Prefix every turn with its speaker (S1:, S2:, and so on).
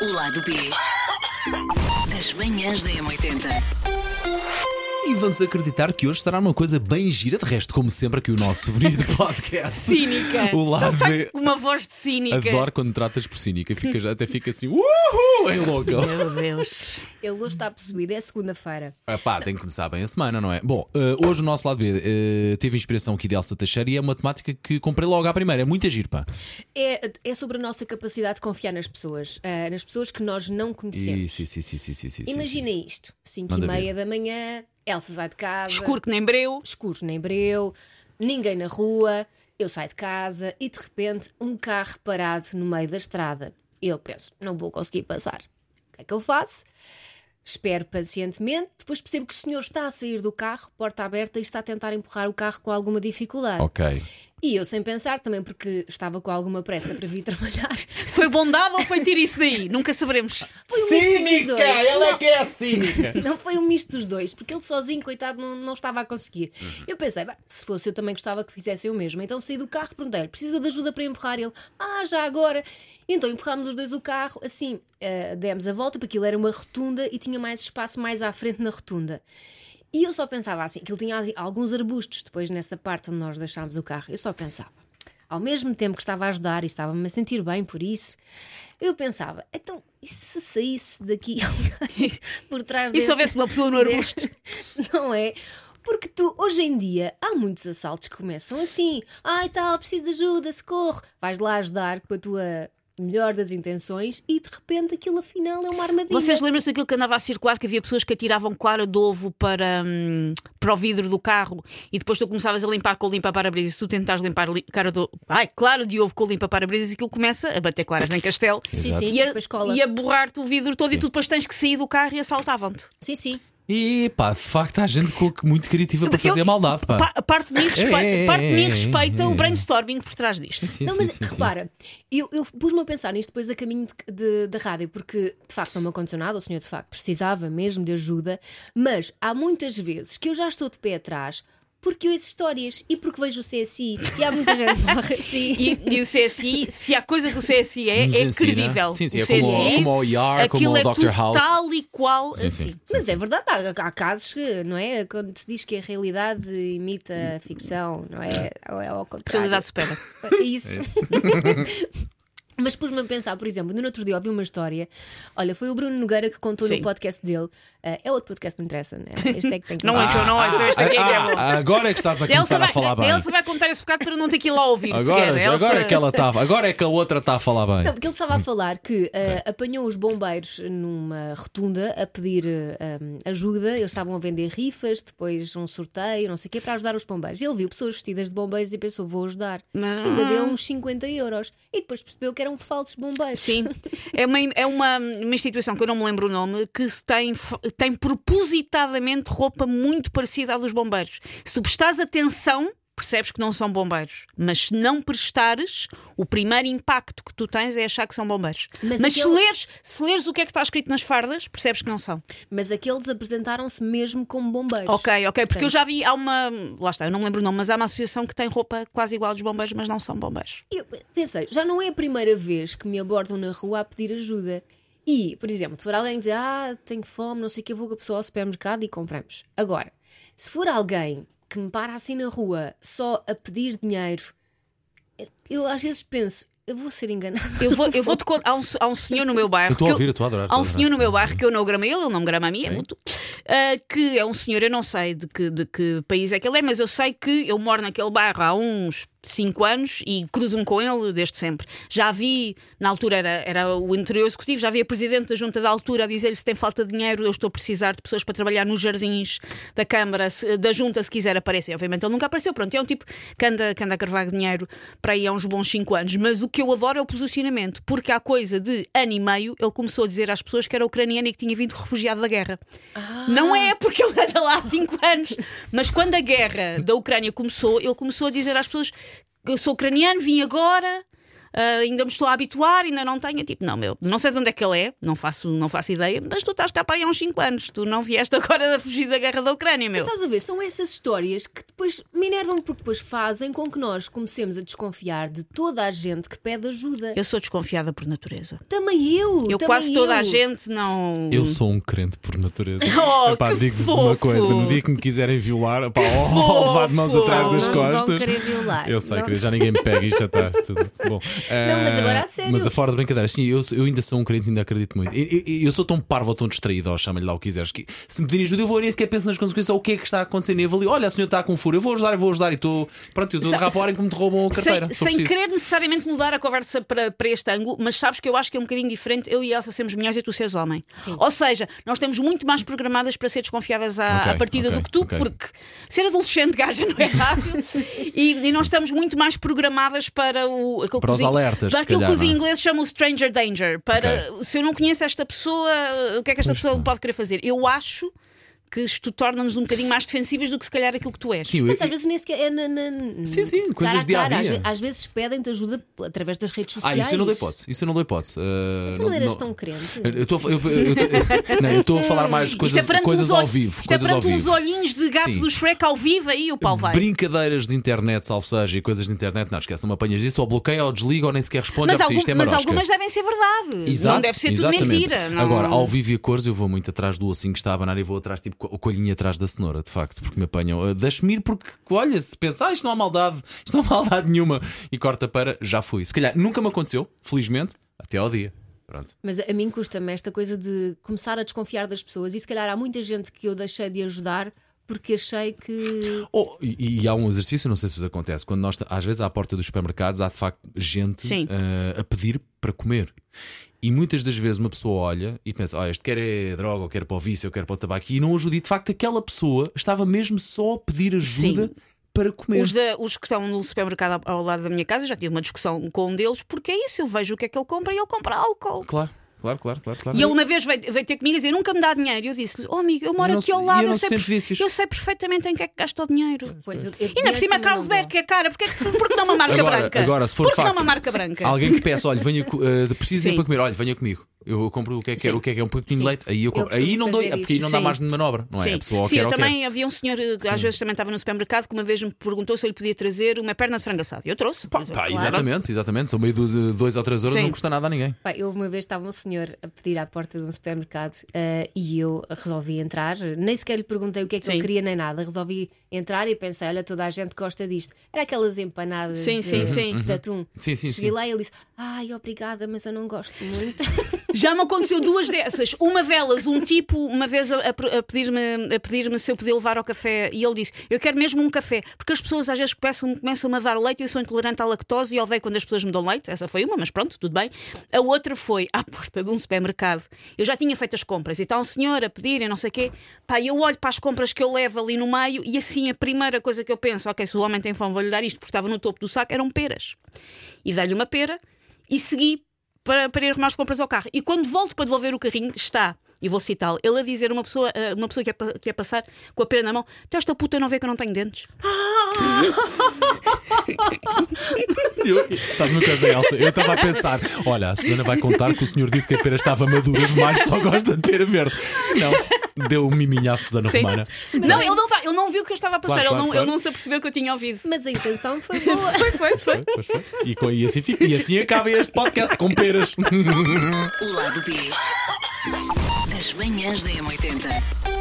S1: O lado B das manhãs da M80.
S2: E vamos acreditar que hoje será uma coisa bem gira, de resto, como sempre, aqui o nosso bonito podcast.
S3: Cínica.
S2: O lado
S3: Tá
S2: B.
S3: com Uma voz de cínica.
S2: Adoro quando tratas por cínica, fica, até fica assim, uhul, em louca.
S3: Meu Deus.
S4: Ele hoje está possuído, é segunda-feira.
S2: Epá, Ah, tem que começar bem a semana, não é? Bom, eh, hoje o nosso lado B eh, teve inspiração aqui de Elsa Teixeira e é uma temática que comprei logo à primeira, é muita girpa.
S4: É, é sobre a nossa capacidade de confiar nas pessoas, ah, nas pessoas que nós não conhecemos.
S2: Isso, isso, isso, isso, isso, isso.
S4: Imaginem
S2: isso.
S4: isto: 5
S2: Manda
S4: e
S2: ver.
S4: meia da manhã, Elsa sai de casa,
S3: Escuro que nem breu.
S4: escuro nem breu, ninguém na rua, eu saio de casa e de repente um carro parado no meio da estrada. Eu penso, não vou conseguir passar. O que é que eu faço? Espero pacientemente, depois percebo que o senhor está a sair do carro, porta aberta, e está a tentar empurrar o carro com alguma dificuldade.
S2: Ok.
S4: E eu sem pensar também, porque estava com alguma pressa para vir trabalhar.
S3: Foi bondade ou foi tiro isso daí? Nunca saberemos.
S4: Foi um misto dos dois. não,
S2: é a cínica.
S4: não foi um misto dos dois, porque ele sozinho, coitado, não, não estava a conseguir. Eu pensei, "Bah, se fosse eu também gostava que fizesse eu mesmo. Então saí do carro, perguntei-lhe, precisa de ajuda para empurrar? Ele, ah, já agora. Então empurrámos os dois o carro, assim, eh, demos a volta, porque aquilo era uma rotunda e tinha mais espaço mais à frente na rotunda. E eu só pensava assim, que ele tinha ali alguns arbustos depois nessa parte onde nós deixámos o carro. Eu só pensava. Ao mesmo tempo que estava a ajudar e estava-me a sentir bem por isso, eu pensava, então, e se saísse daqui alguém por trás
S3: E
S4: deste-
S3: se houvesse uma pessoa no arbusto?
S4: deste- Não é? Porque tu, hoje em dia, há muitos assaltos que começam assim. Ai tal, preciso de ajuda, socorro. Vais lá ajudar com a tua melhor das intenções e de repente aquilo afinal é uma armadilha.
S3: Vocês lembram-se daquilo que andava a circular que havia pessoas que atiravam clara de ovo para, hum, para o vidro do carro e depois tu começavas a limpar com o limpa-parabrisas e se tu tentares limpar li- cara do... Ai, claro de ovo com o limpa-parabrisas e aquilo começa a bater claras em castelo
S4: Sim, sim,
S3: e a,
S4: depois cola.
S3: e a borrar-te o vidro todo e tu depois tens que sair do carro e assaltavam-te.
S4: Sim, sim.
S2: E pá, de facto há gente com- muito criativa para
S3: Eu-
S2: fazer maldade, pá.
S3: Pa- a parte de mim respeita,
S2: é,
S3: a parte de mim
S2: é, é,
S3: respeita
S2: é.
S3: o brainstorming por trás disto.
S2: Sim,
S4: não,
S2: sim,
S4: mas
S2: sim, sim.
S4: repara, eu, eu pus-me a pensar nisto depois a caminho de- de- da rádio, porque de facto não me aconteceu nada, o senhor de facto precisava mesmo de ajuda, mas há muitas vezes que eu já estou de pé atrás porque eu ouço histórias e porque vejo o CSI e há muita gente que morre assim.
S3: E, e o CSI, se há coisa que o CSI é,
S2: Nos
S3: é
S2: ensina.
S3: credível.
S2: Sim, sim,
S3: o
S2: é como o-
S3: CSI,
S2: como o ER, como
S3: aquilo
S2: o
S3: é
S2: Dr.
S3: tudo
S2: House.
S3: Tal e qual
S2: Sim,
S3: assim.
S2: sim.
S4: Mas é verdade, há, há casos que, não é? Quando se diz que a realidade imita a ficção, não é? Ou é ao contrário.
S3: Realidade supera.
S4: É Isso. Mas pus-me a pensar, por exemplo, no outro dia ouvi uma história. Olha, foi o Bruno Nogueira que contou
S3: Sim.
S4: no podcast dele. Ah, é outro podcast, não interessa, né? Este é que tem que
S3: Não
S4: dar.
S3: é que eu não ouço, este aqui é que é
S2: Ah,
S3: bom.
S2: ah, agora é que estás a
S3: A
S2: começar
S3: Elsa,
S2: a
S3: vai,
S2: falar bem.
S3: a Elsa vai contar esse bocado para não ter que né? ir lá ouvir
S2: Agora,
S3: sequer. A Elsa-
S2: agora é que ela estava, agora é que a outra está a falar bem.
S4: Não, porque ele estava a falar que ah, apanhou os bombeiros numa rotunda a pedir ah, um, ajuda. Eles estavam a vender rifas, depois um sorteio, não sei o quê, para ajudar os bombeiros. Ele viu pessoas vestidas de bombeiros e pensou: vou ajudar.
S3: Mas-
S4: Ainda deu uns 50 euros. E depois percebeu que eram falsos bombeiros.
S3: Sim, é, uma, é uma, uma instituição que eu não me lembro o nome que se tem, f- tem propositadamente roupa muito parecida à dos bombeiros. Se tu prestares atenção, percebes que não são bombeiros. Mas se não prestares, o primeiro impacto que tu tens é achar que são bombeiros. Mas,
S4: Mas
S3: se,
S4: aquele-
S3: leres, se leres o que é que está escrito nas fardas, percebes que não são.
S4: Mas aqueles apresentaram-se mesmo como bombeiros.
S3: Ok, ok, porque eu
S4: Portanto,
S3: já vi, há uma. Lá está, eu não me lembro o nome, mas há uma associação que tem roupa quase igual aos bombeiros, mas não são bombeiros.
S4: Eu pensei, já não é a primeira vez que me abordam na rua a pedir ajuda. E, por exemplo, se for alguém dizer, ah, tenho fome, não sei o que, eu vou com a pessoa ao supermercado e compramos. Agora, se for alguém que me para assim na rua só a pedir dinheiro, eu às vezes penso, eu vou ser enganado.
S3: Eu vou, eu vou te contar. Há um, há um senhor no meu bairro.
S2: Eu estou a
S3: que
S2: ouvir, eu estou a adorar,
S3: Há
S2: estou a
S3: um
S2: adorar.
S3: senhor no meu bairro que eu não grama ele, ele não me grama a mim, é muito. ah, que é um senhor, eu não sei de que, de que país é que ele é, mas eu sei que eu moro naquele bairro há uns 5 anos e cruzo-me com ele desde sempre. Já vi, na altura era, era o interior executivo, já vi a presidente da junta da altura a dizer-lhe se tem falta de dinheiro, eu estou a precisar de pessoas para trabalhar nos jardins da Câmara, se- da junta, se quiser aparecer. Obviamente ele nunca apareceu, pronto, é um tipo que anda, que anda a carvar dinheiro para um aí há uns bons 5 anos. Mas o que eu adoro é o posicionamento, porque há coisa de ano e meio ele começou a dizer às pessoas que era ucraniano e que tinha vindo refugiado da guerra.
S4: Ah.
S3: Não é porque ele anda lá há 5 anos, mas quando a guerra da Ucrânia começou, ele começou a dizer às pessoas: Eu sou ucraniano, vim agora. ah, ainda me estou a habituar, ainda não tenho. Tipo, não, meu, não sei de onde é que ele é, não faço, não faço ideia, mas tu estás cá para aí há uns 5 anos, tu não vieste agora a fugir da guerra da Ucrânia, meu.
S4: Mas estás a ver, são essas histórias que depois me enervam porque depois fazem com que nós comecemos a desconfiar de toda a gente que pede ajuda.
S3: Eu sou desconfiada por natureza.
S4: Também eu,
S3: Eu
S4: também
S3: quase toda
S4: eu.
S3: a gente não.
S2: Eu sou um crente por natureza.
S3: Oh,
S2: Epá,
S3: que
S2: digo-vos uma
S3: fofo.
S2: coisa: no dia que me quiserem violar, epá, oh, levar de mãos
S3: fofo.
S2: atrás das
S4: Não te vão
S2: costas.
S4: querer violar.
S2: Eu sei,
S4: Não
S2: querida,
S4: te-
S2: já ninguém me pega e já está tudo. Bom,
S4: Não, mas
S2: eh,
S4: agora a sério.
S2: Mas a fora de brincadeiras, sim, eu, eu ainda sou um crente, ainda acredito muito. Eu, eu- eu sou tão parvo ou tão distraído, ou chama-lhe lá o que quiseres, que se me pedirem ajuda, eu vou nem sequer penso nas consequências ou o que é que está a acontecer. Nem avalio, olha, a senhora está com furo, eu vou ajudar, eu vou ajudar e estou. Pronto, eu estou a
S3: Sa-
S2: derrapar a hora em que me roubam a carteira.
S3: Sem,
S2: se for
S3: sem
S2: preciso.
S3: querer necessariamente mudar a conversa para, para este ângulo, mas sabes que eu acho que é um bocadinho diferente. Eu e Elsa sermos mulheres e tu seres homem.
S4: Sim.
S3: Ou seja, nós temos muito mais programadas para ser desconfiadas à,
S2: Ok,
S3: à partida
S2: ok,
S3: do que tu,
S2: ok.
S3: porque ser adolescente, gaja, não é fácil. e, e nós estamos muito mais programadas para o. aquilo
S2: Para
S3: que
S2: os
S3: in-
S2: alertas,
S3: para
S2: se
S3: aquilo
S2: calhar,
S3: que os
S2: não é?
S3: ingleses chamam o stranger danger. Para se eu não conheço esta pessoa, o que é que esta pessoa pode querer fazer? Eu acho. Que isto torna-nos um bocadinho mais defensivas do que se calhar aquilo que tu és.
S2: Sim, eu-
S4: Mas às vezes nem sequer é na, na- na-
S2: Sim, sim,
S4: cara
S2: coisas
S4: a
S2: dia a
S4: cara. Às
S2: dia.
S4: ve- Às, vezes pedem-te ajuda através das redes
S2: Ah,
S4: sociais.
S2: isso eu não dou hipótese. Isso eu não dou hipótese. Eh,
S3: Então
S4: Tu não eras tão crente.
S2: Eu estou a fa- eu- eu- eu- eu- não, eu estou a falar mais
S3: Isto é
S2: coisas,
S3: perante
S2: coisas
S3: uns
S2: ao
S3: olhos-
S2: vivo.
S3: Isto
S2: Coisas
S3: é
S2: ao
S3: perante uns
S2: vivo.
S3: olhinhos de gato
S2: Sim.
S3: do Shrek ao vivo aí o pau vai.
S2: Brincadeiras de internet, salvo seja, e coisas de internet, não esquece, não me apanhas disso, ou bloqueia, ou desliga, ou nem sequer responde, já
S3: mas,
S2: percebi,
S3: algum-
S2: isto é
S3: mas
S2: marosca.
S3: algumas devem ser verdade.
S2: Exato,
S3: não deve ser tudo
S2: exatamente.
S3: mentira. não-
S2: Agora, ao vivo e a cores, eu vou muito atrás do ossinho que está a abanar e vou atrás, tipo, co- o coelhinho atrás da cenoura, de facto, porque me apanham. Uh, Deixe-me ir porque, olha, se pensar, ah, isto não há maldade, isto não há maldade nenhuma, e corta para, já fui. Se calhar nunca me aconteceu, felizmente, até ao dia. Pronto.
S4: Mas a mim custa-me esta coisa de começar a desconfiar das pessoas e se calhar há muita gente que eu deixei de ajudar porque achei que.
S2: Oh, e, e há um exercício, não sei se vos acontece, quando nós, t- às vezes, à porta dos supermercados, há de facto gente
S3: Sim.
S2: ah, a pedir para comer. E muitas das vezes uma pessoa olha e pensa: ah, este quer é droga, ou quer para o vício, ou quer para o tabaco, e não ajuda. E de facto, aquela pessoa estava mesmo só a pedir ajuda
S3: Sim.
S2: para comer.
S3: Os, da- os que estão no supermercado ao ao lado da minha casa, já tive uma discussão com um deles, porque é isso, eu vejo o que é que ele compra e ele compra álcool.
S2: Claro, claro, claro, claro. claro.
S3: E ele uma vez veio, veio ter comigo e dizer: Nunca me dá dinheiro. E Eu disse-lhe: Oh, amigo, eu
S2: Eu
S3: moro
S2: não
S3: aqui ao
S2: sou-
S3: lado,
S2: eu
S3: eu,
S2: não
S3: sei,
S2: sustento
S3: perfe-
S2: vícios."
S3: eu sei perfeitamente em que é que gasta o dinheiro.
S4: Pois, eu, eu
S3: Ainda por cima, a Carlsberg é cara, porque, é que- porque não uma marca
S2: Agora-
S3: branca?
S2: agora, se for de
S3: porque não é
S2: facto-
S3: uma marca branca?
S2: Alguém que peça, olha, venha, co- ah, de- precisa ir
S3: Sim.
S2: para comer, olha, venha comigo. Eu compro o que é que quero,
S4: Sim.
S2: o que é que é um pacotinho
S4: Sim.
S2: de leite. Aí eu compro.
S4: Eu costumo
S2: aí não dou,
S4: fazer
S2: porque aí não
S4: isso.
S2: dá
S4: Sim.
S2: margem de manobra, não é?
S3: Sim,
S2: A pessoa ou
S3: Sim
S2: quer
S3: eu
S2: ou quer.
S3: também havia um senhor eh, que às vezes também estava no supermercado que uma vez me perguntou se eu lhe podia trazer uma perna de frango assado. Eu trouxe.
S2: Pá, pá, Exatamente, exatamente. São meio de dois ou três horas,
S3: É Sim.
S2: não custa nada a ninguém.
S4: Pá, eu uma vez estava um senhor a pedir à porta de um supermercado eh, e eu resolvi entrar. Nem sequer lhe perguntei o que é que
S3: Sim.
S4: ele queria, nem nada. Resolvi entrar e pensei: olha, toda a gente gosta disto. Era aquelas empanadas
S3: Sim,
S4: de,
S3: sim, sim.
S4: de atum.
S2: Sim, sim,
S4: Cheguei
S2: sim.
S4: lá e ele disse: ai, obrigada, mas eu não gosto muito.
S3: Já me aconteceu duas dessas. Uma delas, um tipo, uma vez a, a- a pedir-me a pedir se eu podia levar ao café e ele disse: Eu quero mesmo um café. Porque as pessoas às vezes começam, começam a dar leite e eu sou intolerante à lactose e odeio quando as pessoas me dão leite. Essa foi uma, mas pronto, tudo bem. A outra foi à porta de um supermercado. Eu já tinha feito as compras e está um senhor a pedir e não sei o quê. Pá, eu olho para as compras que eu levo ali no meio e assim a primeira coisa que eu penso: Ok, se o homem tem fome, vou-lhe dar isto, porque estava no topo do saco, eram peras. E dei-lhe uma pera e segui para, para ir arrumar as compras ao carro. E quando volto para devolver o carrinho, está, e vou citá-lo, ele a dizer a uma pessoa, a uma pessoa que, ia, pa- que ia passar com a pera na mão: "Então esta puta não vê que eu não tenho dentes.
S2: Eu, sabes uma coisa, Elsa? Eu estava a pensar: olha, a Susana vai contar que o senhor disse que a pera estava madura demais, só gosta de pera verde. Não, deu um miminho à Susana Romana.
S3: Não, ele não, tá- ele não viu o que eu estava a passar,
S2: é- Claro,
S3: ele,
S2: claro,
S3: não,
S2: claro.
S3: ele não se apercebeu que eu tinha ouvido.
S4: mas a intenção foi boa.
S3: Foi, foi, foi.
S2: Pois foi. E, co- e assim fica. E assim acaba este podcast com peras.
S1: O lado B das manhãs da M80.